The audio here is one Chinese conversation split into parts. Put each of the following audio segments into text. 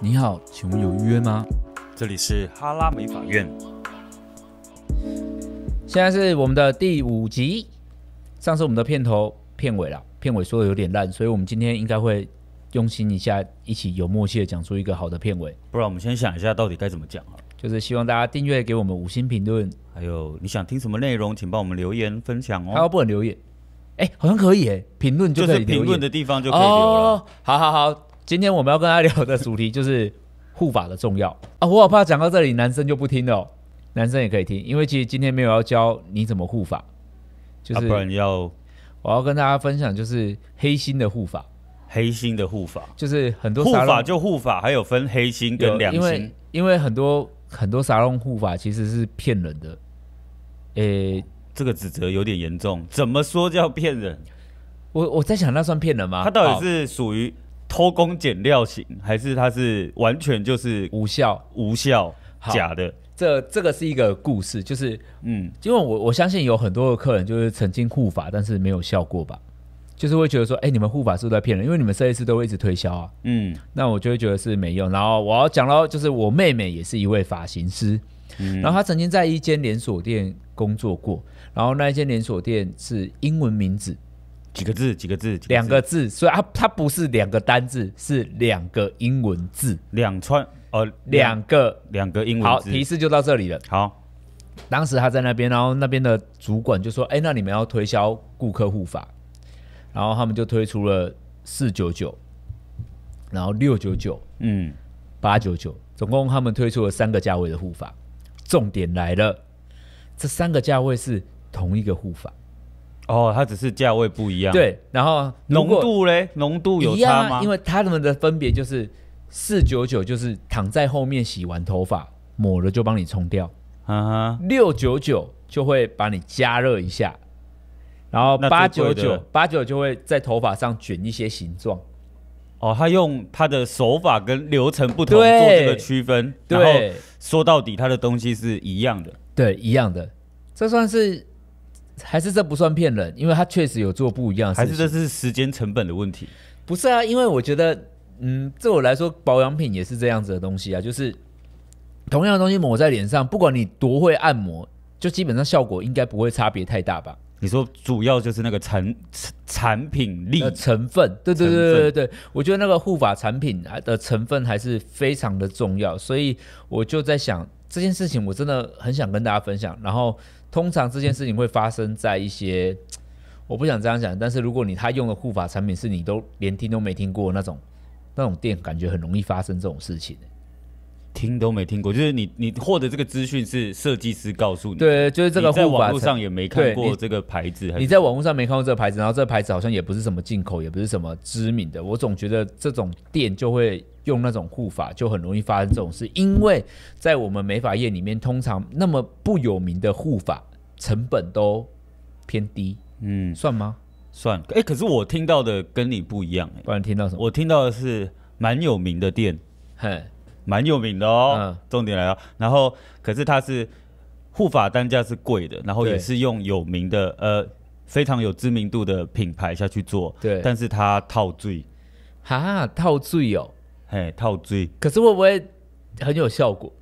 你好，请问有预约吗？这里是哈拉美法院，现在是我们的第五集，上次我们的片头、片尾了，片尾说的有点烂，所以我们今天应该会用心一下，一起有默契的讲出一个好的片尾。不然我们先想一下到底该怎么讲啊？就是希望大家订阅，给我们五星评论，还有你想听什么内容，请帮我们留言分享还有哦。不能留言。哎、好像可以哎、评论就可是以留言评论的地方就可以留了。哦。好好好，今天我们要跟他聊的主题 就是护法的重要啊！我好怕讲到这里，男生就不听了、哦，男生也可以听，因为其实今天没有要教你怎么护法，就啊，是不然要我要跟大家分享就是黑心的护法，黑心的护法，就是很多护沙法龙就护法，还有分黑心有跟良因为心。因为很多很多沙龙护法其实是骗人的，诶、这个指责有点严重，怎么说叫骗人？我我在想那算骗人吗？哦他到好底是属于偷工减料型，还是他是完全就是无效？无效好假的？这这个是一个故事，就是嗯，因为我我相信有很多的客人就是曾经护法，但是没有效果吧，就是会觉得说，哎、你们护法是不是在骗人？因为你们设计师都会一直推销啊，嗯那我就会觉得是没用。然后我要讲到，就是我妹妹也是一位发型师，嗯，然后她曾经在一间连锁店工作过，然后那一间连锁店是英文名字几个字，几个字，几两字个字，所以它它不是两个单字，是两个英文字，两串哦，两个。两个英好，文字。提示就到这里了。好，当时他在那边，然后那边的主管就说：“哎、那你们要推销顾客护法。”然后他们就推出了四九九，然后六九九、嗯，八九九，总共他们推出了三个价位的护法。重点来了，这三个价位是同一个护法，哦，它只是价位不一样，，对。然后如浓果度嘞，浓度有一样差啊吗？因为他们的分别就是四九九就是躺在后面洗完头发抹了就帮你冲掉，啊哈，六九九就会把你加热一下，然后八那最九贵九的八九就会在头发上卷一些形状，哦，他用他的手法跟流程不同对做这个区分，然后对说到底，他的东西是一样的，对，一样的，这算是还是这不算骗人，因为他确实有做不一样的还事是情，这是时间成本的问题？不是啊？因为我觉得，嗯，对我来说，保养品也是这样子的东西啊，就是同样的东西抹在脸上，不管你多会按摩，就基本上效果应该不会差别太大吧。你说主要就是那个产产产品力的，成分，对对对成对分对对，我觉得那个护发产品啊的成分还是非常的重要，所以我就在想这件事情，我真的很想跟大家分享。然后，通常这件事情会发生在一些，我不想这样讲，但是如果你他用的护发产品是你都连听都没听过那种，那种店感觉很容易发生这种事情。听都没听过，就是你你获得这个资讯是设计师告诉你，，对，就是这个你在护网发络产上也没对看你过这个牌子，还你是在网络上没看过这个牌子，然后这个牌子好像也不是什么进口，也不是什么知名的。我总觉得这种店就会用那种护法，就很容易发生这种事，因为在我们美发业里面，通常那么不有名的护法成本都偏低，嗯算吗？算，哎、可是我听到的跟你不一样、哎，不然听到什么？我听到的是蛮有名的店。嘿，蛮有名的哦。嗯重点来了，然后可是它是护发单价是贵的，然后对也是用有名的呃非常有知名度的品牌下去做，对但是它套罪，哈，套醉哦。嘿，套罪。可是会不会很有效果？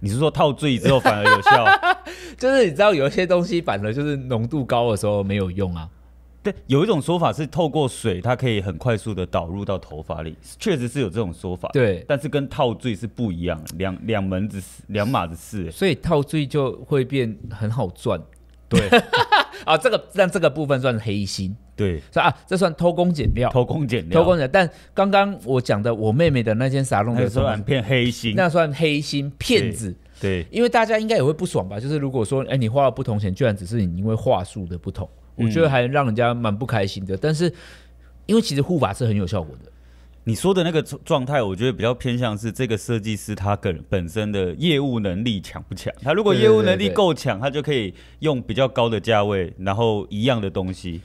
你是说套罪之后反而 有效？就是你知道有一些东西反而就是浓度高的时候没有用啊。对，有一种说法是透过水，它可以很快速的导入到头发里，确实是有这种说法。，对，但是跟套罪是不一样，两两门子事，两码子事。哎所以套醉就会变很好赚。对 啊，这个但这个部分算是黑心，对，是啊，这算偷工减料，偷工减料，偷工减料。但刚刚我讲的我妹妹的那间沙龙那的时候骗黑心。那算黑心骗子，对，因为大家应该也会不爽吧？就是如果说，哎、你花了不同钱，居然只是你因为话术的不同，我嗯觉得还让人家蛮不开心的。但是，因为其实护法是很有效果的，你说的那个状状态，我觉得比较偏向是这个设计师他个人本身的业务能力强不强。他如果对业务对能力对够强，他就可以用比较高的价位，然后一样的东西。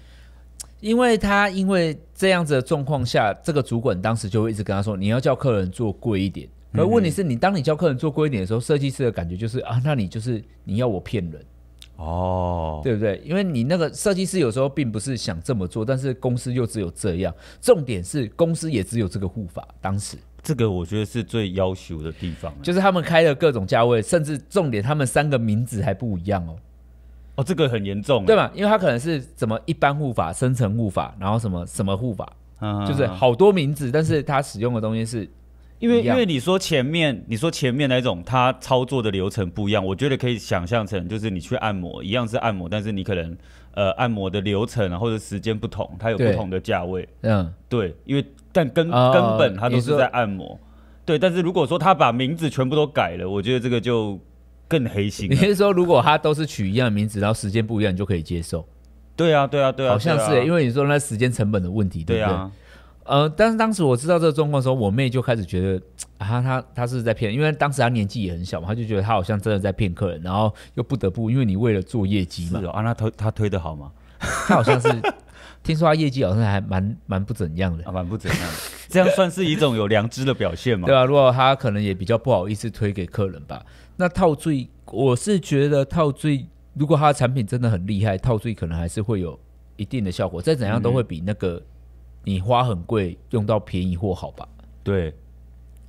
因为他因为这样子的状况下，这个主管当时就会一直跟他说，你要叫客人做贵一点。嗯可问题是你当你叫客人做贵一点的时候，设计师的感觉就是啊，那你就是你要我骗人。哦，对不对？因为你那个设计师有时候并不是想这么做，但是公司又只有这样。重点是公司也只有这个护法，当时这个我觉得是最要求的地方。啊就是他们开的各种价位，甚至重点他们三个名字还不一样哦，哦，这个很严重，对吧？因为他可能是怎么一般护法、深层护法，然后什么什么护法，嗯？就是嗯嗯好多名字，但是他使用的东西是因为一因样为你说前面你说前面那种它操作的流程不一样，我觉得可以想象成就是你去按摩一样是按摩，但是你可能呃按摩的流程啊或者时间不同，它有不对同的价位。嗯，对，因为但根、哦根本它都你是说在按摩。对，但是如果说他把名字全部都改了，我觉得这个就更黑心你了。是说如果他都是取一样的名字，然后时间不一样，你就可以接受？对啊，对啊，对啊，好像是、欸对啊因为你说那时间成本的问题，对不对？啊，呃，但是当时我知道这个状况的时候，我妹就开始觉得啊，她她是在骗，因为当时她年纪也很小嘛，她就觉得她好像真的在骗客人，然后又不得不，因为你为了做业绩是嘛，哦，啊，那推他推的 好吗？她好像是听说她业绩好像还蛮蛮不怎样的啊，，蛮不怎样的，这样算是一种有良知的表现嘛对？吧、啊如果她可能也比较不好意思推给客人吧。那套最，我是觉得套最，如果她的产品真的很厉害，套最可能还是会有一定的效果，再怎样都会比那个你花很贵用到便宜货好吧。对，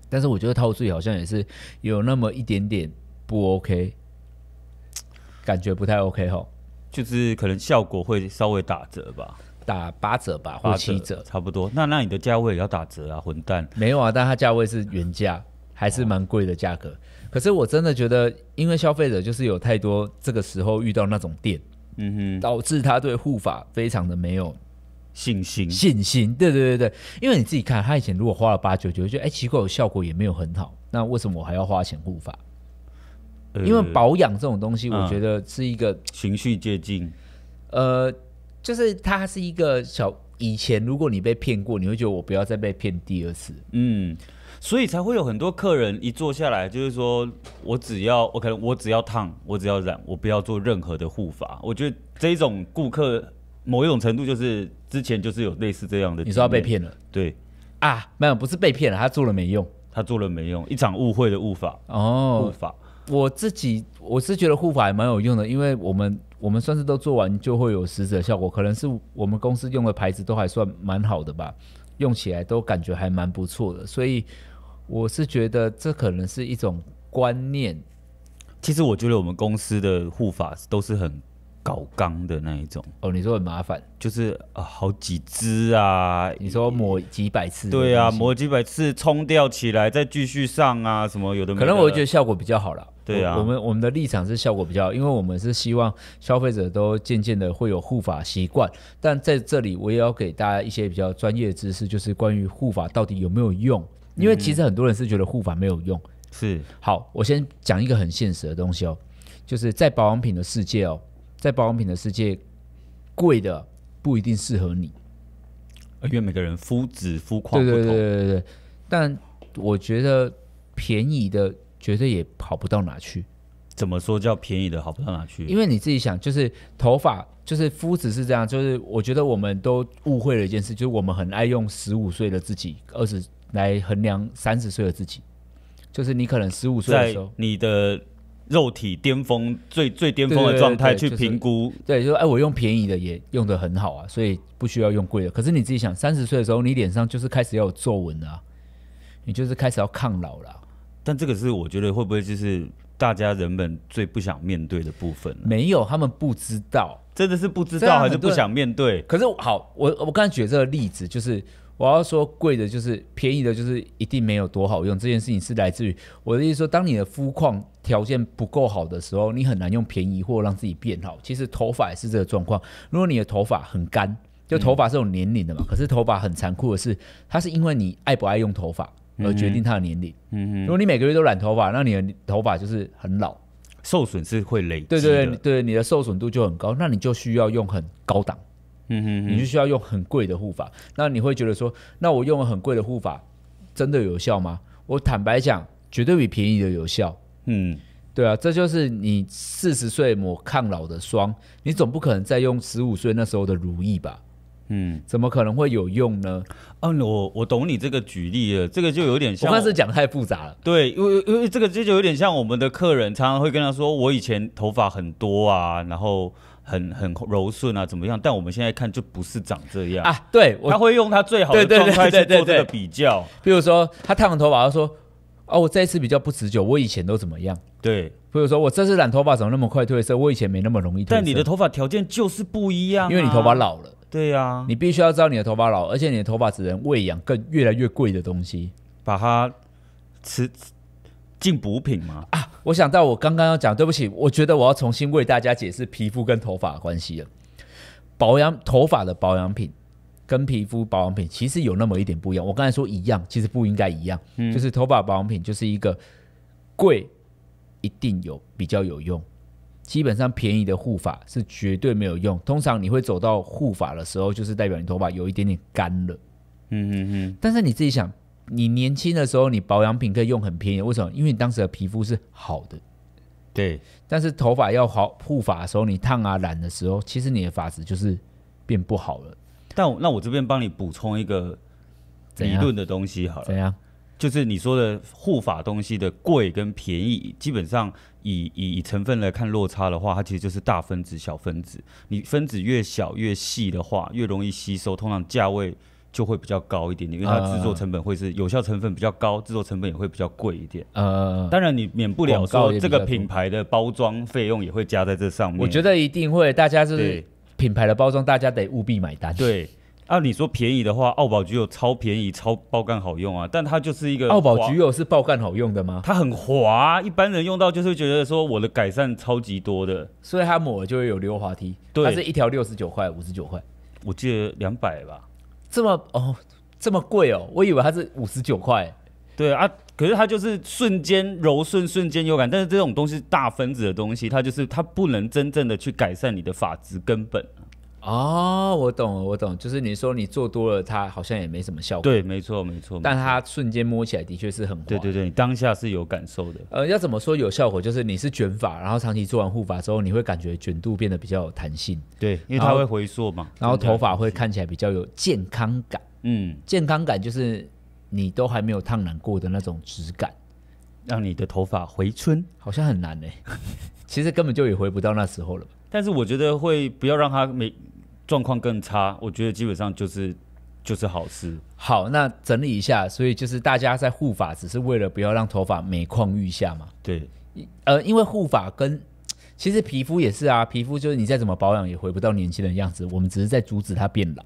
但是我觉得套醉好像也是有那么一点点不 OK，感觉不太 OK 吼，就是可能效果会稍微打折吧，打八折吧八或七折，差不多。那那你的价位也要打折啊，混蛋！没有啊，但它价位是原价，还是蛮贵的价格。可是我真的觉得，因为消费者就是有太多这个时候遇到那种店，嗯哼，导致他对护法非常的没有信心信心。对对对对，因为你自己看，他以前如果花了八九九，就觉得哎、奇怪，我效果也没有很好，那为什么我还要花钱护法？呃因为保养这种东西，我嗯觉得是一个循序渐进，呃，就是它是一个小以前，如果你被骗过，你会觉得我不要再被骗第二次。嗯，所以才会有很多客人一坐下来，就是说我只要我可能我只要烫，我只要染，我不要做任何的护发。我觉得这一种顾客某一种程度就是之前就是有类似这样的经验，你说要被骗了对啊？没有，不是被骗了，他做了没用。他做了没用，一场误会的误法护哦，法，我自己我是觉得护法还蛮有用的，因为我们我们算是都做完就会有实质的效果，可能是我们公司用的牌子都还算蛮好的吧，用起来都感觉还蛮不错的，所以我是觉得这可能是一种观念，其实我觉得我们公司的护法都是很搞刚的那一种。哦，你说很麻烦，就是啊，好几支啊，你说抹几百次的东西，对啊，磨几百次冲掉起来，再继续上啊，什么有的没的可能我会觉得效果比较好啦。对啊我我们我们的立场是效果比较好，因为我们是希望消费者都渐渐的会有护法习惯。但在这里，我也要给大家一些比较专业的知识，就是关于护法到底有没有用。因为其实很多人是觉得护法没有用。是好，我先讲一个很现实的东西哦，就是在保养品的世界哦，在保养品的世界，贵的不一定适合你。因为每个人肤质肤况对不对同，对对对对。但我觉得便宜的绝对也跑不到哪去。怎么说叫便宜的好不到哪去？因为你自己想，就是头发，就是肤质是这样，就是我觉得我们都误会了一件事，就是我们很爱用十五岁的自己、二十来衡量三十岁的自己，就是你可能十五岁的在时候，你的肉体巅峰最最巅峰的状态对对对去对评估，对，就说哎，我用便宜的也用的很好啊，所以不需要用贵的。可是你自己想，三十岁的时候，你脸上就是开始要有皱纹了啊、你就是开始要抗老了啊、但这个是我觉得会不会就是大家人们最不想面对的部分呢？没有，他们不知道。真的是不知这样道还是啊很多不人想面对？可是我好，我我刚才举的这个例子，就是我要说贵的，就是便宜的，就是一定没有多好用。这件事情是来自于我的意思说，当你的肤况条件不够好的时候，你很难用便宜货让自己变好。其实头发也是这个状况。如果你的头发很干，就嗯头发是有年龄的嘛，可是头发很残酷的是，它是因为你爱不爱用头发而决定它的年龄。嗯如果你每个月都染头发，那你的头发就是很老。哼，受损是会累积对的，对对，对你的受损度就很高，那你就需要用很高档。嗯哼你就需要用很贵的护法。那你会觉得说，那我用了很贵的护法，真的有效吗？我坦白讲，绝对比便宜的有效。嗯，对啊，这就是你四十岁抹抗老的霜，你总不可能再用十五岁那时候的如意吧？嗯，怎么可能会有用呢？哦、我我懂你这个举例了，这个就有点我像刚才讲得太复杂了。对，因为因为这个这就有点像我们的客人，常常会跟他说，我以前头发很多啊，然后很很柔顺啊，怎么样？但我们现在看就不是长这样。啊，对我 他会用他最好的对对状对态去对对做这个对比较，比如说他烫了头发，他说：“哦，我这一次比较不持久，我以前都怎么样？”对。比如说我这次染头发怎么那么快褪色？我以前没那么容易褪色。但你的头发条件就是不一样啊、因为你头发老了，对呀、啊，你必须要知道你的头发老，而且你的头发只能喂养更越来越贵的东西。把它吃进补品嘛。我想到我刚刚要讲，对不起，我觉得我要重新为大家解释皮肤跟头发的关系了。保养头发的保养品跟皮肤保养品其实有那么一点不一样。我刚才说一样，其实不应该一样，就是头发保养品就是一个贵一定有比较有用，基本上便宜的护发是绝对没有用。通常你会走到护发的时候，就是代表你头发有一点点干了。嗯嗯嗯，但是你自己想，你年轻的时候你保养品可以用很便宜，为什么？因为你当时的皮肤是好的。对，但是头发要好护发的时候，你烫啊染的时候，其实你的发质就是变不好了。但我那我这边帮你补充一个怎理样论的东西好怎了，样？就是你说的护发东西的贵跟便宜，基本上以以以成分来看落差的话，它其实就是大分子、小分子。你分子越小越细的话，越容易吸收，通常价位就会比较高一点点，因为它啊制作成本会是有效成分比较高，制作成本也会比较贵一点。呃，当然，你免不了广告说也比这个较多品牌的包装费用也会加在这上面。我觉得一定会，大家就是对品牌的包装，大家得务必买单。，对。啊，你说便宜的话，奥宝橘有超便宜、超爆干好用啊，但它就是一个奥宝橘滑，柚是爆干好用的吗？它很滑，一般人用到就是觉得说我的改善超级多的，所以它抹了就会有溜滑梯，对它是一条六十九块、五十九块，我记得两百吧。这么哦这么贵哦，我以为它是五十九块。对啊，可是它就是瞬间柔顺、瞬间有感，但是这种东西大分子的东西，它就是它不能真正的去改善你的发质根本。哦，我懂了，我懂，就是你说你做多了，它好像也没什么效果，对，没错，没错。没但错它瞬间摸起来的确是很滑。对对对，你当下是有感受的。呃，要怎么说有效果？就是你是卷发，然后长期做完护发之后，你会感觉卷度变得比较有弹性，对，因为然它后会回缩嘛，然后增加头发会看起来比较有健康感。嗯，健康感就是你都还没有烫染过的那种质感，让你的头发回春。好像很难呢、 其实根本就也回不到那时候了吧。但是我觉得会不要让它没状况更差，我觉得基本上就是就是好事。好，那整理一下，所以就是大家在护发只是为了不要让头发每况愈下嘛。对，呃，因为护发跟其实皮肤也是啊，皮肤就是你再怎么保养也回不到年轻的样子，我们只是在阻止它变老。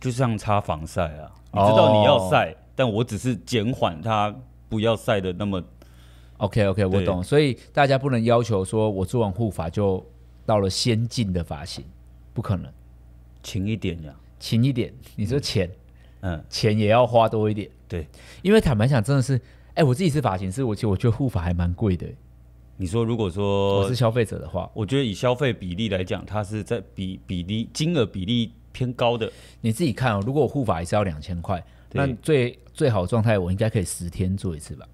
就像擦防晒啊，你哦知道你要晒，但我只是减缓它不要晒的那么 OK OK，我对懂，所以大家不能要求说我做完护发就到了先进的发型，不可能，轻一点呀、勤一点。你说钱，嗯，钱也要花多一点，对，因为坦白讲，真的是，哎、我自己是发型师，我其实我觉得护发还蛮贵的、你说如果我说是，消费者的话，我觉得以消费比例来讲，它是在比比例金额比例偏高的。你自己看哦，如果我护发一次要两千块，对那最最好的状态我应该可以十天做一次吧？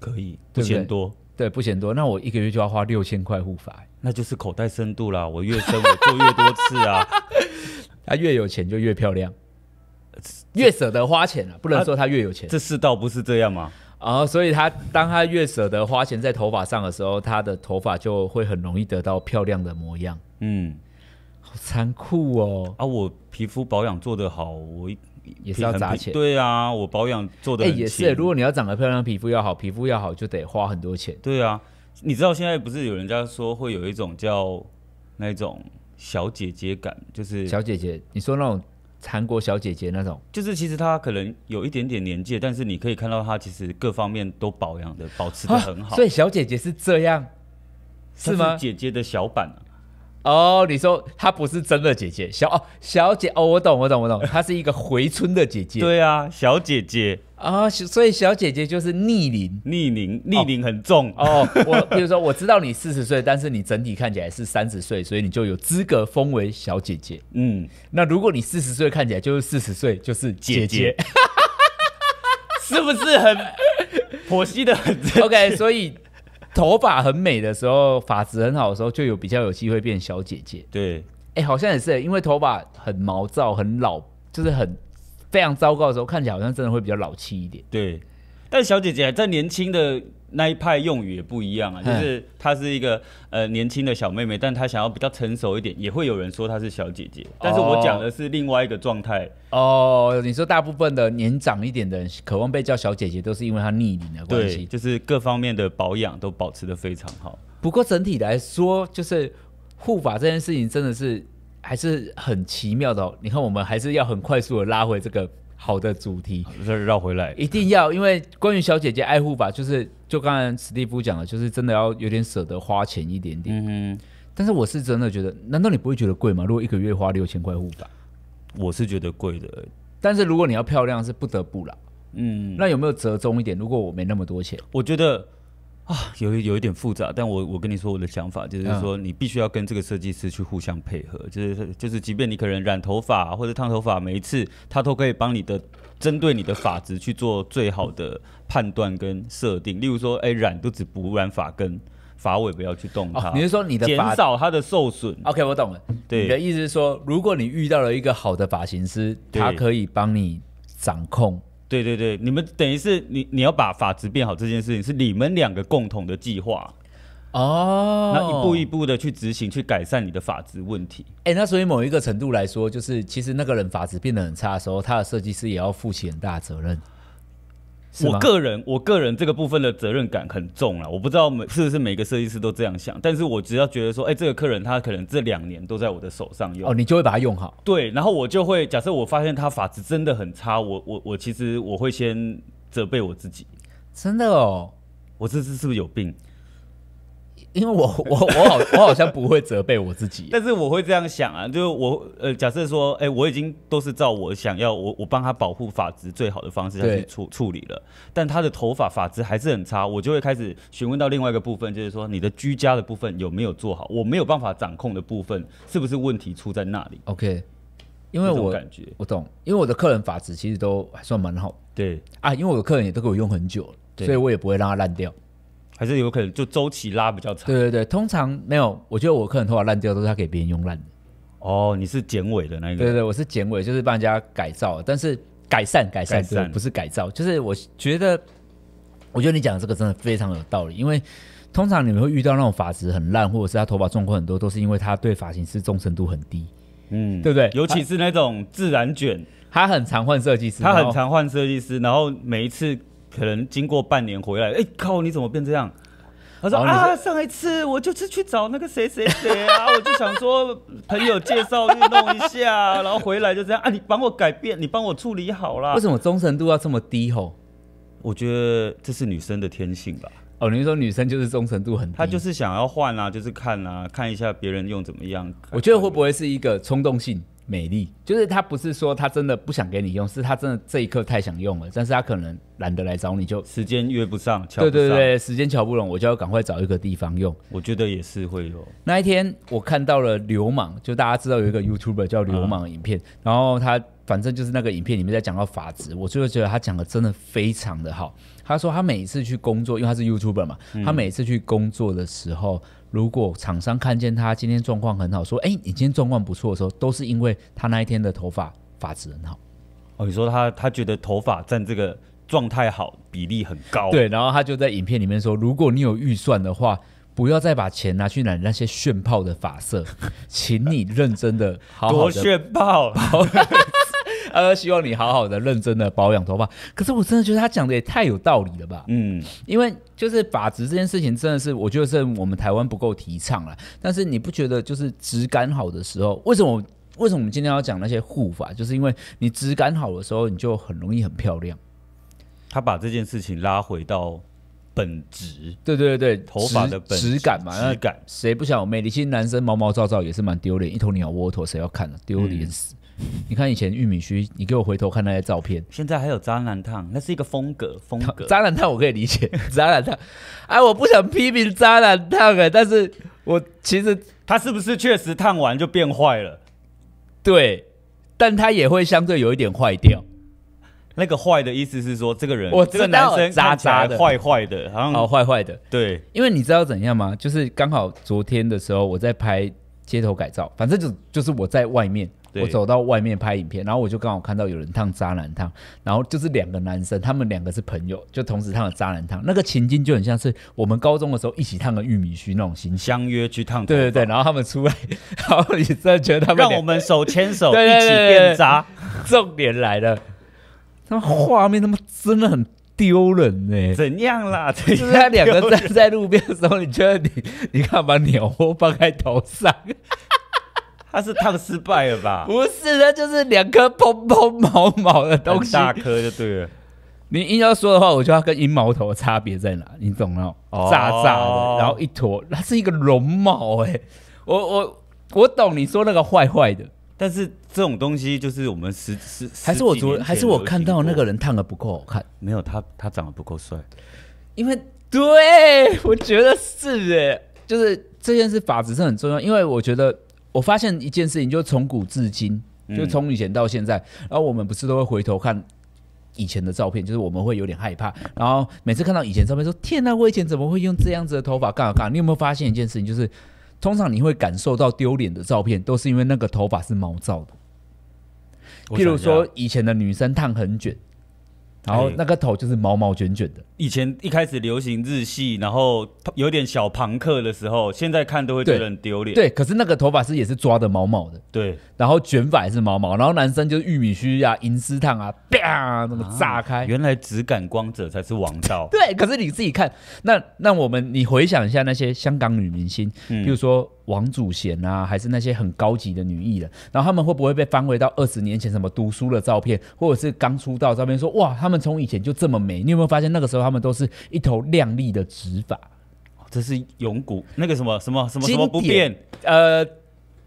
可以不对不对嫌多，对，不嫌多，那我一个月就要花六千块护发、哎那就是口袋深度啦。我越深，我做越多次 啊。他越有钱就越漂亮，越舍得花钱啊，不能啊说他越有钱。这世道不是这样吗？啊、所以他当他越舍得花钱在头发上的时候，他的头发就会很容易得到漂亮的模样，嗯，好残酷哦！啊，我皮肤保养做得好，我一也是要很砸平钱对啊，我保养做得哎、很勤、啊也是，如果你要长得漂亮，皮肤要好，皮肤要好就得花很多钱。对啊，你知道现在不是有人家说会有一种叫那种小姐姐感，就是小姐姐，你说那种韩国小姐姐那种，就是其实她可能有一点点年纪，但是你可以看到她其实各方面都保养的保持的很好，所以小姐姐是这样，她啊是吗？姐姐的小版、啊，哦，你说她不是真的姐姐，小哦小姐哦，我懂我懂我懂，她是一个回春的姐 姐。对啊，小姐姐啊、所以小姐姐就是逆龄。逆龄逆龄很重，哦，我比如说我知道你四十岁，但是你整体看起来是三十岁，所以你就有资格封为小姐姐。 嗯，那如果你四十岁看起来就是四十岁，就是姐姐姐是不是很婆媳的很？ OK，所 以头发很美的时候，发质很好的时候，就有比较有机会变小姐姐。对，哎、好像也是，因为头发很毛躁、很老，就是很非常糟糕的时候，看起来好像真的会比较老气一点。对，但小姐姐还在年轻的那一派用语也不一样啊，就嗯是她是一个呃年轻的小妹妹，但她想要比较成熟一点，也会有人说她是小姐姐。但是我讲的是另外一个状态，哦，你说大部分的年长一点的人渴望被叫小姐姐，都是因为她逆龄的关对，系。就是各方面的保养都保持的非常好。不过整体来说，就是护法这件事情真的是还是很奇妙的、哦。你看，我们还是要很快速的拉回这个好的主题，再绕回来，一定要，因为关于小姐姐爱护法，就是就刚才史蒂夫讲的，就是真的要有点舍得花钱一点点。嗯哼，但是我是真的觉得，难道你不会觉得贵吗？如果一个月花六千块护法，我是觉得贵的，但是如果你要漂亮，是不得不啦。嗯，那有没有折中一点？如果我没那么多钱，我觉得啊，有一有一点复杂，但我我跟你说我的想法，嗯就是说你必须要跟这个设计师去互相配合，就是就是，即便你可能染头发或者烫头发，每一次他都可以帮你的针对你的发质去做最好的判断跟设定。例如说，哎、染都只补染发根，发尾不要去动它，哦，你是说你的减发少它的受损。 ？OK，我懂了。嗯对你的意思是说，如果你遇到了一个好的发型师，对他可以帮你掌控。对对对，你们等于是你你要把发质变好这件事情是你们两个共同的计划，哦那、一步一，步的去执行，去改善你的发质问题。哎、那所以某一个程度来说，就是其实那个人发质变得很差的时候，他的设计师也要负起很大的责任。是我吗个人，我个人这个部分的责任感很重了。我不知道每是不是每个设计师都这样想，但是我只要觉得说，哎、这个客人他可能这两年都在我的手上用，哦，你就会把它用好。对，然后我就会假设我发现他发质真的很差，我我我其实我会先责备我自己，真的哦，我这次是不是有病？因为我我我好我好像不会责备我自己。 但是我会这样想啊，就是我呃，假设说，哎、我已经都是照我想要，我我帮他保护发质最好的方式下对去处处理了，但他的头发发质还是很差，我就会开始询问到另外一个部分，就是说你的居家的部分有没有做好，我没有办法掌控的部分，是不是问题出在那里？ OK，因为这种我感觉，我懂，因为我的客人发质其实都还算蛮好对，啊，因为我的客人也都给我用很久了，对所以我也不会让它烂掉。还是有可能就周期拉比较长。对对对，通常没有，我觉得我客人头发烂掉都是他给别人用烂的。哦，你是剪尾的那一对对个，对，我是剪尾，就是帮人家改造，但是改善改善，改善对不是改造，就是我觉得，我觉得你讲的这个真的非常有道理，因为通常你们会遇到那种发质很烂，或者是他头发状况很多，都是因为他对发型师忠诚度很低，嗯，对不对尤其是那种自然卷，他很常换设计师，他然很后常换设计师，然后每一次可能经过半年回来，哎、靠，你怎么变这样？他说然后哦你啊，上一次我就是去找那个谁谁谁啊，我就想说朋友介绍去弄一下， 然后回来就这样啊，你帮我改变，你帮我处理好啦为。什么忠诚度要这么低吼？我觉得这是女生的天性吧，哦，你是说女生就是忠诚度很低，她就是想要换啊，就是看啊，看一下别人用怎么样。我觉得会不会是一个冲动性美丽？就是他不是说他真的不想给你用，是他真的这一刻太想用了，但是他可能懒得来找你就，时间约不上，瞧不对上对，对，时间瞧不拢，我就要赶快找一个地方用。我觉得也是会有。那一天我看到了流氓，就大家知道有一个嗯 YouTuber 叫流啊氓的影片，然后他反正就是那个影片里面在讲到法治，我就会觉得他讲的真的非常的好。他说他每一次去工作，因为他是 YouTuber 嘛，嗯他每一次去工作的时候，如果厂商看见他今天状况很好，说哎、你今天状况不错的时候，都是因为他那一天的头发发质很好。哦，你说她她觉得头发占这个状态好比例很高，对，然后他就在影片里面说，如果你有预算的话，不要再把钱拿去买那些炫炮的发 色，请你认真的好好多的炫爆！呃，希望你好好的、认真的保养头发。可是我真的觉得他讲的也太有道理了吧？嗯，因为就是发质这件事情，真的是我觉得是我们台湾不够提倡了。但是你不觉得就是质感好的时候，为什么为什么我们今天要讲那些护发？就是因为你质感好的时候，你就很容易很漂亮。 他把这件事情拉回到本质，对对对对，头发的质本质感嘛，那质感。谁不想有魅力？其实男生毛毛躁躁也是蛮丢脸，一头鸟窝头谁要看呢、啊丢脸死！你看以前玉米须，你给我回头看那些照片，现在还有渣男烫，那是一个风格，风格。渣男烫我可以理解，渣男烫，哎，我不想批评渣男烫哎，但是我其实他是不是确实烫完就变坏了？对，但他也会相对有一点坏掉。那个坏的意思是说，这个人，我这个知道男生渣看起来渣的坏坏的，好哦，像坏坏的，对，因为你知道怎样吗？就是刚好昨天的时候，我在拍街头改造，反正就就是我在外面，对我走到外面拍影片，然后我就刚好看到有人烫渣男烫，然后就是两个男生，他们两个是朋友，就同时烫了渣男烫，那个情境就很像是我们高中的时候一起烫个玉米须那种形象。相约去烫头发，对对对， 然后他们出来，然后你真的觉得他们 让俩我们手牵手对对一起对对变渣。重点来了，他们画面他妈真的很丢人欸呢、怎样 啦？就就是他两个站在路边的时候，你觉得你你看把鸟窝放在头 上，他是烫失败了吧？不是，那就是两颗蓬蓬毛毛的 东很西。大颗就对了，你硬要说的话，我就要跟阴毛头的差别在哪？你懂吗？哦炸炸的，然后一坨，它是一个绒毛哎、我我我懂你说那个坏坏的，但是这种东西就是我们十十还是我十几昨年前还是我看到那个流行人烫的不够好看，过没有他，他长得不够帅。因为对我觉得是哎、就是这件事法则是很重要，因为我觉得我发现一件事情，就从古至今，就从以前到现在，然后我们不是都会回头看以前的照片，就是我们会有点害怕，然后每次看到以前照片说：“天呐，我以前怎么会用这样子的头发干嘛干嘛？”你有没有发现一件事情，就是通常你会感受到丢脸的照片，都是因为那个头发是毛躁的。我譬如想一下说，以前的女生烫很卷，然后哎那个头就是毛毛卷卷的。以前一开始流行日系，然后有点小朋克的时候，现在看都会觉得对很丢脸。对，可是那个头发是也是抓的毛毛的，对，然后卷发也是毛毛，然后男生就是玉米须啊、银丝烫啊，啪，那么炸开。原来只感光者才是王道。对，可是你自己看，那那我们你回想一下那些香港女明星，比如说王祖贤啊，还是那些很高级的女艺人，然后他们会不会被翻回到二十年前什么读书的照片，或者是刚出道的照片说，哇，他们从以前就这么美？你有没有发现那个时候他们都是一头亮丽的直发，这是永古那个什么什么什么什经么不变典，呃，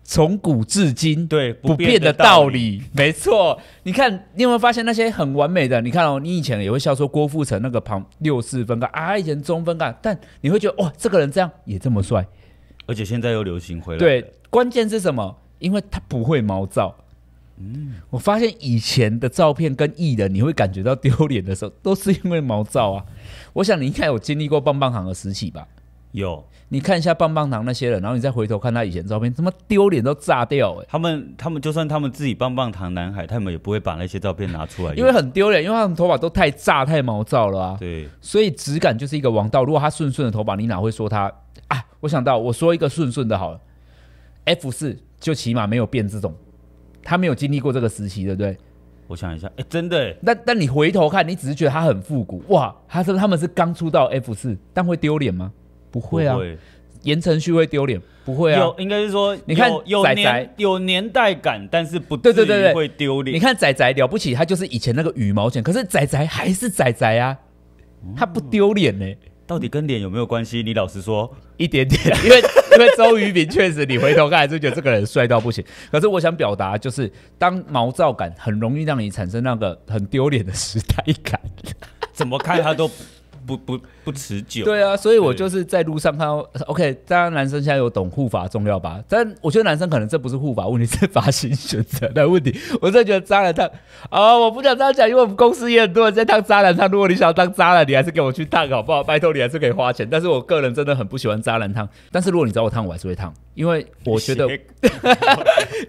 从古至今，对不变的道。理，没错。你看，你有没有发现那些很完美的？你看哦，你以前也会笑说郭富城那个旁六四分干啊，以前中分干，但你会觉得哇，哦这个人这样也这么帅。而且现在又流行回来。对，，关键是什么？因为他不会毛躁。我发现以前的照片跟艺人，你会感觉到丢脸的时候，都是因为毛躁啊。我想你应该有经历过棒棒糖的时期吧？有你看一下棒棒糖那些人，然后你再回头看他以前的照片，他妈丢脸都炸掉哎、他们，他们就算他们自己棒棒糖男孩，他们也不会把那些照片拿出来用，因为很丢脸，因为他们头发都太炸太毛躁了啊。对所以质感就是一个王道。如果他顺顺的头发，你哪会说他啊？我想到，我说一个顺顺的好了，F 四就起码没有变这种，他没有经历过这个时期，对不对？我想一下，哎，真的耶，但但你回头看，你只是觉得他很复古，哇，他是他们是刚出道 F 四，但会丢脸吗？不会啊，不会言承旭会丢脸，不会啊有。应该是说有，你看有仔年仔有年代感，但是不对对至对于对会丢你脸。看仔仔了不起，他就是以前那个羽毛卷，可是仔仔还是仔仔啊，他不丢脸呢、到底跟脸有没有关系？你老 实说，一点点，因为因为周渝民确实，你回头看还是觉得这个人帅到不行。可是我想表达就是，当毛躁感很容易让你产生那个很丢脸的时代感。怎么看他都不不不不持久。对啊，所以我就是在路上看到，OK，当然男生现在有懂护法重要吧？但我觉得男生可能这不是护法问题，是发型选择的问题。我真的觉得渣男烫啊、我不想这样讲，因为我们公司也很多人在烫渣男烫。如果你想要当渣男，你还是给我去烫好不好？拜托你还是可以花钱。但是我个人真的很不喜欢渣男烫，但是如果你找我烫，我还是会烫，因为我觉 得，斜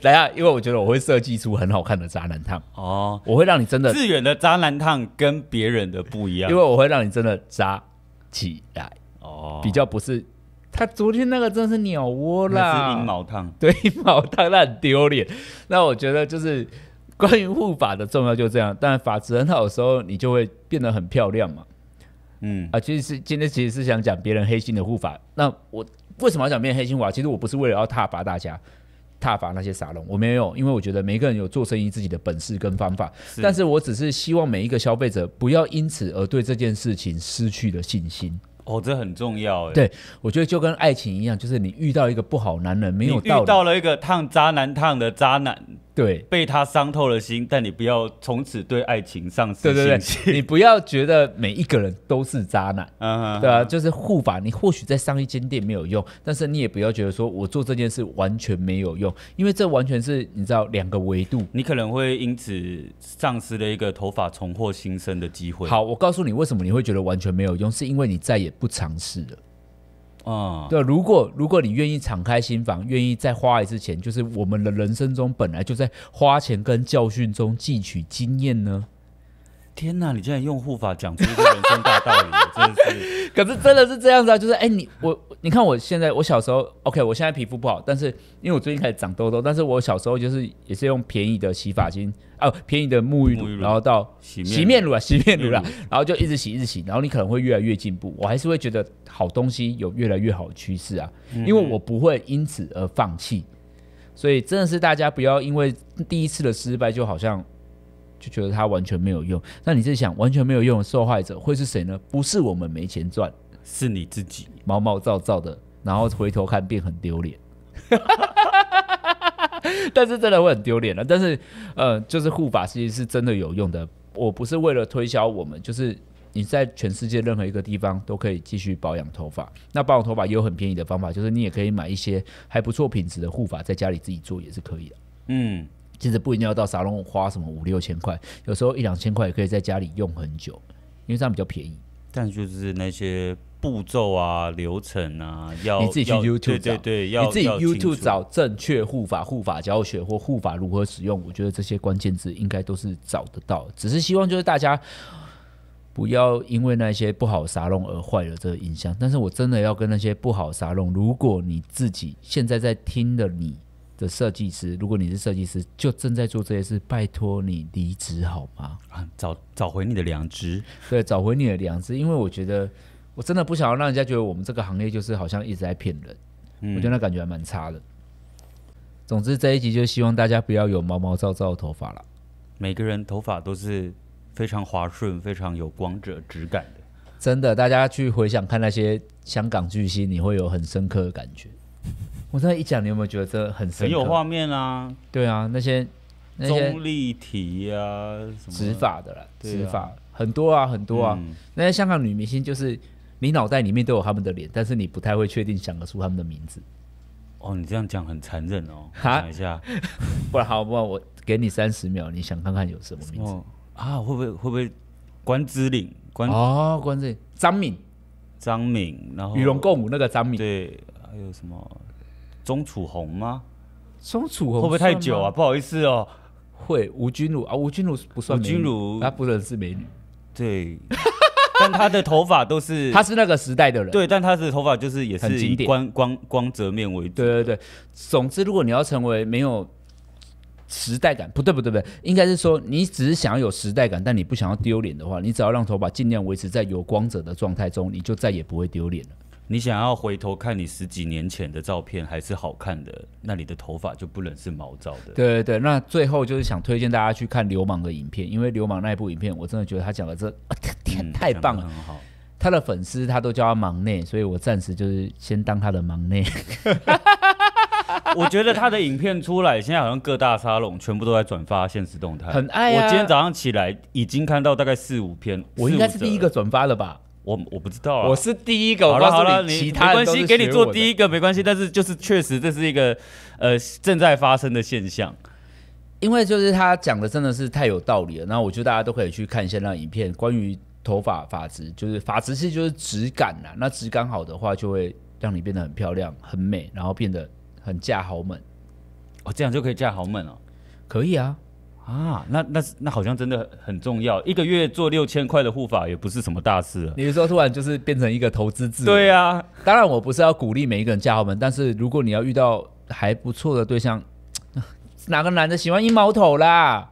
来啊，因为我觉得我会设计出很好看的渣男烫，哦，我会让你真的，志远的渣男烫跟别人的不一样因为我会让你真的渣起来，哦，比较不是。他昨天那个真的是鸟窝那啦，是阴毛烫。对毛当然很丢脸。那我觉得就是关于护法的重要就这样，但发质很好的时候，你就会变得很漂亮嘛。嗯，啊，其实是今天其实是想讲别人黑心的护法。那我为什么要讲别人黑心护法？其实我不是为了要挞伐大家。挞伐那些沙龙，我没有，因为我觉得每个人有做生意自己的本事跟方法，但是我只是希望每一个消费者不要因此而对这件事情失去了信心。哦，这很重要哎。对我觉得就跟爱情一样，就是你遇到一个不好男人，没你有遇道理，到了一个烫渣男烫的渣男，对，被他伤透了心，但你不要从此 对爱情丧失对对信心。对，你不要觉得每一个人都是渣男，嗯，对啊，就是护法，你或许在上一间店没有用，但是你也不要觉得说我做这件事完全没有用，因为这完全是你知道两个维度。你可能会因此丧失了一个头发重获新生的机会。，好，我告诉你为什么你会觉得完全没有用，是因为你再也不尝试了。嗯，对，啊如果如果你愿意敞开心房，愿意再花一次钱，就是我们的人生中本来就在花钱跟教训中汲取经验呢。天哪，你竟然用护法讲出一个人生大道理，我真的是可是真的是这样子啊，就是哎、你我你看我现在我小时候，OK，我现在皮肤不好，但是因为我最近开始长痘痘，但是我小时候就是也是用便宜的洗发精啊，便宜的沐浴乳，沐浴乳然后到洗面洗面乳啊， 洗面乳啦、洗然后就一直洗一直洗，然后你可能会越来越进步，我还是会觉得好东西有越来越好的趋势啊，因为我不会因此而放弃，所以真的是大家不要因为第一次的失败就好像就觉得它完全没有用。那你在想，完全没有用的受害者会是谁呢？不是我们没钱赚，是你自己。毛毛躁躁的，然后回头看便很丢脸。 但是真的会很丢脸了。啊但是，呃，就是护法其实是真的有用的。我不是为了推销我们，就是你在全世界任何一个地方都可以继续保养头发。那保养头发也有很便宜的方法，就是你也可以买一些还不错品质的护发，在家里自己做也是可以的。嗯，其实不一定要到沙龙花什么五六千块，有时候一两千块也可以在家里用很久，因为这样比较便宜。但就是那些步骤啊、流程啊，要你自己去要 YouTube 对对找对，要你自己要清 YouTube 楚找正确护法、护法教学或护法如何使用，我觉得这些关键字应该都是找得到的。只是希望就是大家不要因为那些不好的沙龙而坏了这个印象。但是我真的要跟那些不好的沙龙，如果你自己现在在听的你的设计师，如果你是设计师，就正在做这些事，拜托你离职好吗？啊找找回你的良知。对，找回你的良知，因为我觉得我真的不想要让人家觉得我们这个行业就是好像一直在骗人。我嗯觉得那感觉还蛮差的。总之这一集就希望大家不要有毛毛躁躁的头发了。每个人头发都是非常滑顺、非常有光泽质感的。真的，大家去回想看那些香港巨星，你会有很深刻的感觉。我这一讲，你有没有觉得这很深很刻？有画面啊，对啊，那些那些中立体啊，什么执法的啦，对啊执法很多啊，很多啊。嗯那些香港女明星就是你脑袋里面都有她们的脸，但是你不太会确定想得出她们的名字。哦，你这样讲很残忍哦。哈想一下，不然好，不然我给你三十秒，你想看看有什么名字？哦啊，会不会会不会关之琳、关哦，关键张敏，张敏，然后与龙共舞那个张敏。对，还有什么钟楚红吗？松楚会红不会太久啊？？不好意思哦。会，吴君如啊，吴君如不算吴美君女如她不能是美女， 对，但她的头发都是她是那个时代的人。对，但她的头发就是也很是经以典光光光泽面为主。对对对，总之，如果你要成为没有时代感，不对不对不对，应该是说你只是想要有时代感，但你不想要丢脸的话，你只要让头发尽量维持在有光泽的状态中，你就再也不会丢脸了。你想要回头看你十几年前的照片还是好看的，那你的头发就不能是毛躁的。对对对，那最后就是想推荐大家去看《流氓》的影片，因为《流氓》那一部影片，我真的觉得他讲的这、啊天嗯 太棒了讲得，很好。他的粉丝他都叫他忙内，所以我暂时就是先当他的忙内。我觉得他的影片出来，现在好像各大沙龙全部都在转发现实动态，很爱啊我今天早上起来已经看到大概四五篇，我应该是四五则第一个，转发的吧？我我不知道啊。我是第一个，好我了好告了，诉你其没他关系，给你做第一。一个没关系，但是就是确实这是一个呃正在发生的现象。因为就是他讲的真的是太有道理了，然后我觉得大家都可以去看一下那影片，关于头发发质，就是发质其实就是质感啦。那质感好的话，就会让你变得很漂亮、很美，然后变得很嫁豪门，哦，这样就可以嫁豪门哦。可以啊。啊，那那是那好像真的很重要，一个月做六千块的护发也不是什么大事了。你是说突然就是变成一个投资自由对呀、当然，我不是要鼓励每一个人嫁豪门，但是如果你要遇到还不错的对象，哪个男的喜欢一毛头啦，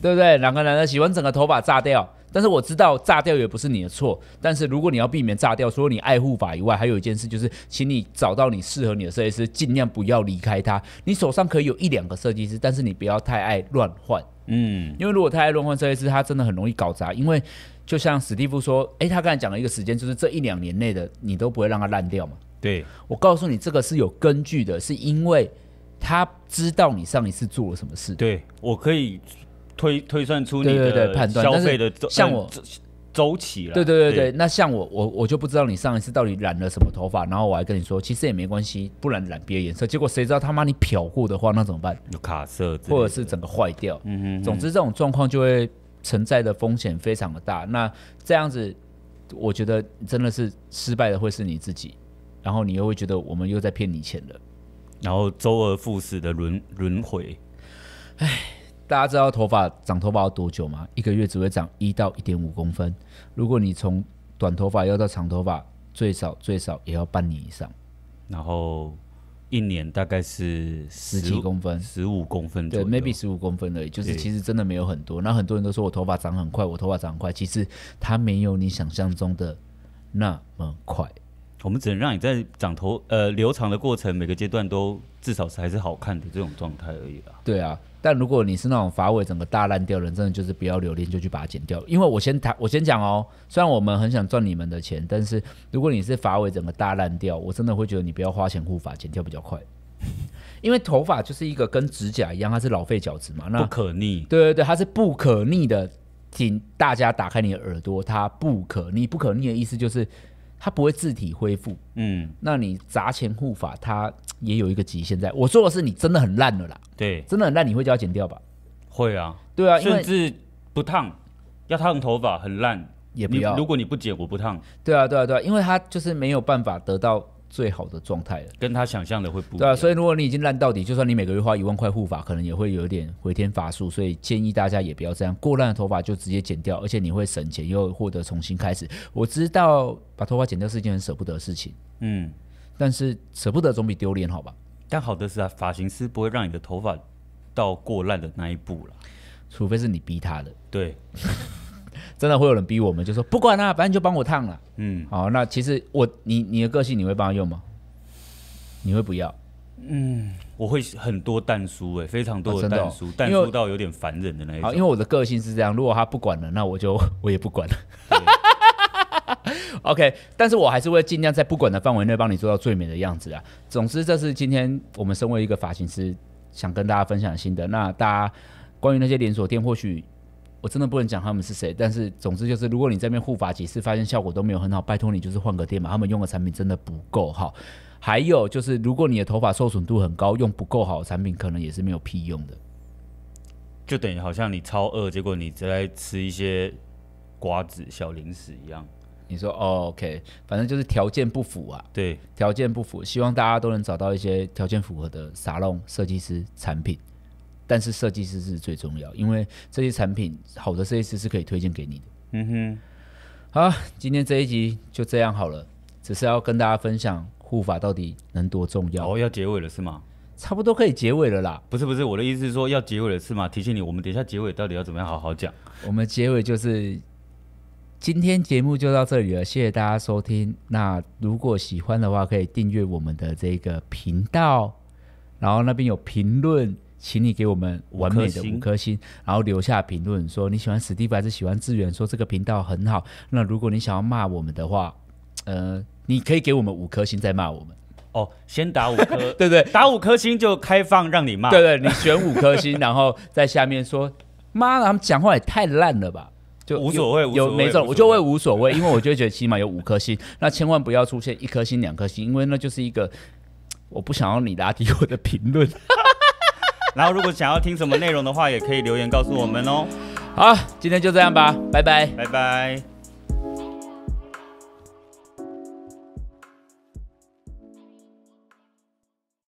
对不对？哪个男的喜欢整个头发炸掉？但是我知道炸掉也不是你的错，但是如果你要避免炸掉，除了你爱护法以外，还有一件事就是，请你找到你适合你的设计师，尽量不要离开他。你手上可以有一两个设计师，但是你不要太爱乱换。嗯，因为如果太爱乱换设计师，他真的很容易搞砸。因为就像史蒂夫说，诶，他刚才讲了一个时间，就是这一两年内的你都不会让它烂掉嘛。对，我告诉你，这个是有根据的，是因为他知道你上一次做了什么事。对我可以推推算出你对对的对判断消但是费的周像呃我周周期了。对对对对，那像我我我就不知道你上一次到底染了什么头发，然后我还跟你说，其实也没关系，不然染别的颜色，结果谁知道他妈你漂过的话，那怎么办？有卡色之类的，或者是整个坏掉。嗯总之这种状况就会存在的风险非常的大。那这样子，我觉得真的是失败的会是你自己。然后你又会觉得我们又在骗你钱了。然后周而复始的轮轮回，大家知道头发长头发要多久吗？一个月只会长一到一点五公分。如果你从短头发要到长头发，最少最少也要半年以上，然后一年大概是十几公分。十五公分对左右，maybe 十五公分而已，就是对其实真的没有很多。那很多人都说我头发长很快，我头发长很快，其实它没有你想象中的那么快。我们只能让你在长头呃留长的过程，每个阶段都至少是还是好看的这种状态而已啦。对啊，但如果你是那种发尾整个大烂掉的人，真的就是不要留恋，就去把它剪掉。因为我先谈，我先讲哦，虽然我们很想赚你们的钱，但是如果你是发尾整个大烂掉，我真的会觉得你不要花钱护发，剪掉比较快。因为头发就是一个跟指甲一样，它是老废角质嘛。那不可逆，对对对，它是不可逆的。请大家打开你的耳朵，它不可逆。不可逆的意思就是它不会自体恢复。嗯，那你砸钱护发，它也有一个极限在。我说的是你真的很烂了啦，对，真的很烂，你会叫它剪掉吧？会啊，对啊，因甚为至不烫，要烫头发很烂，也不你要如果你不剪，我不烫，对啊，对啊，对啊，因为他就是没有办法得到最好的状态了。跟他想象的会不一对啊，样。所以如果你已经烂到底，就算你每个月花一万块护发，可能也会有一点回天乏术。所以建议大家也不要这样，过烂的头发就直接剪掉，而且你会省钱又获得重新开始。我知道把头发剪掉是一件很舍不得的事情，嗯，但是舍不得总比丢脸好吧？但好的是啊，发型师不会让你的头发到过烂的那一步啦。除非是你逼他的，对，真的会有人逼我们，就说不管啦、反正就帮我烫了。嗯好，那其实我你你的个性你会帮他用吗？你会不要？嗯，我会很多蛋酥哎、非常哦多的真的哦蛋酥，蛋因为酥到有点烦人的那一好，种。因为我的个性是这样，如果他不管了，那我就我也不管了。OK，但是我还是会尽量在不管的范围内帮你做到最美的样子啊。总之，这是今天我们身为一个发型师想跟大家分享的心得。那大家关于那些连锁店，或许我真的不能讲他们是谁，但是总之就是，如果你这边护发几次发现效果都没有很好，拜托你就是换个店嘛，他们用的产品真的不够好。还有就是，如果你的头发受损度很高，用不够好的产品可能也是没有屁用的。就等于好像你超饿，结果你在吃一些瓜子、小零食一样。你说、哦、OK，反正就是条件不符啊，对，条件不符，希望大家都能找到一些条件符合的沙龙设计师产品。但是设计师是最重要，因为这些产品好的设计师是可以推荐给你的。嗯好，今天这一集就这样好了，只是要跟大家分享护法到底能多重哼，要，哦，要结尾了是吗？差不多可以结尾了啦。不是不是，我的意思是说要结尾了是吗？提醒你，我们等一下结尾到底要怎么样好好讲。我们结尾就是今天节目就到这里了，谢谢大家收听。那如果喜欢的话，可以订阅我们的这个频道，然后那边有评论，请你给我们完美的五颗星五颗星，然后留下评论说你喜欢史蒂夫还是喜欢志远，说这个频道很好。那如果你想要骂我们的话，呃，你可以给我们五颗星再骂我们，哦，先打五 颗，对不对？打五颗星就开放让你骂。对对，你选五颗 星，然后在下面说，妈的，他们讲话也太烂了吧。就无所谓有无所有谓没种，无所谓我就会无所谓，因为我就会觉得起码有五颗星，那千万不要出现一颗星、两颗星，因为那就是一个我不想要你拉低我的评论。然后如果想要听什么内容的话，也可以留言告诉我们哦。好，今天就这样吧，拜拜。拜拜。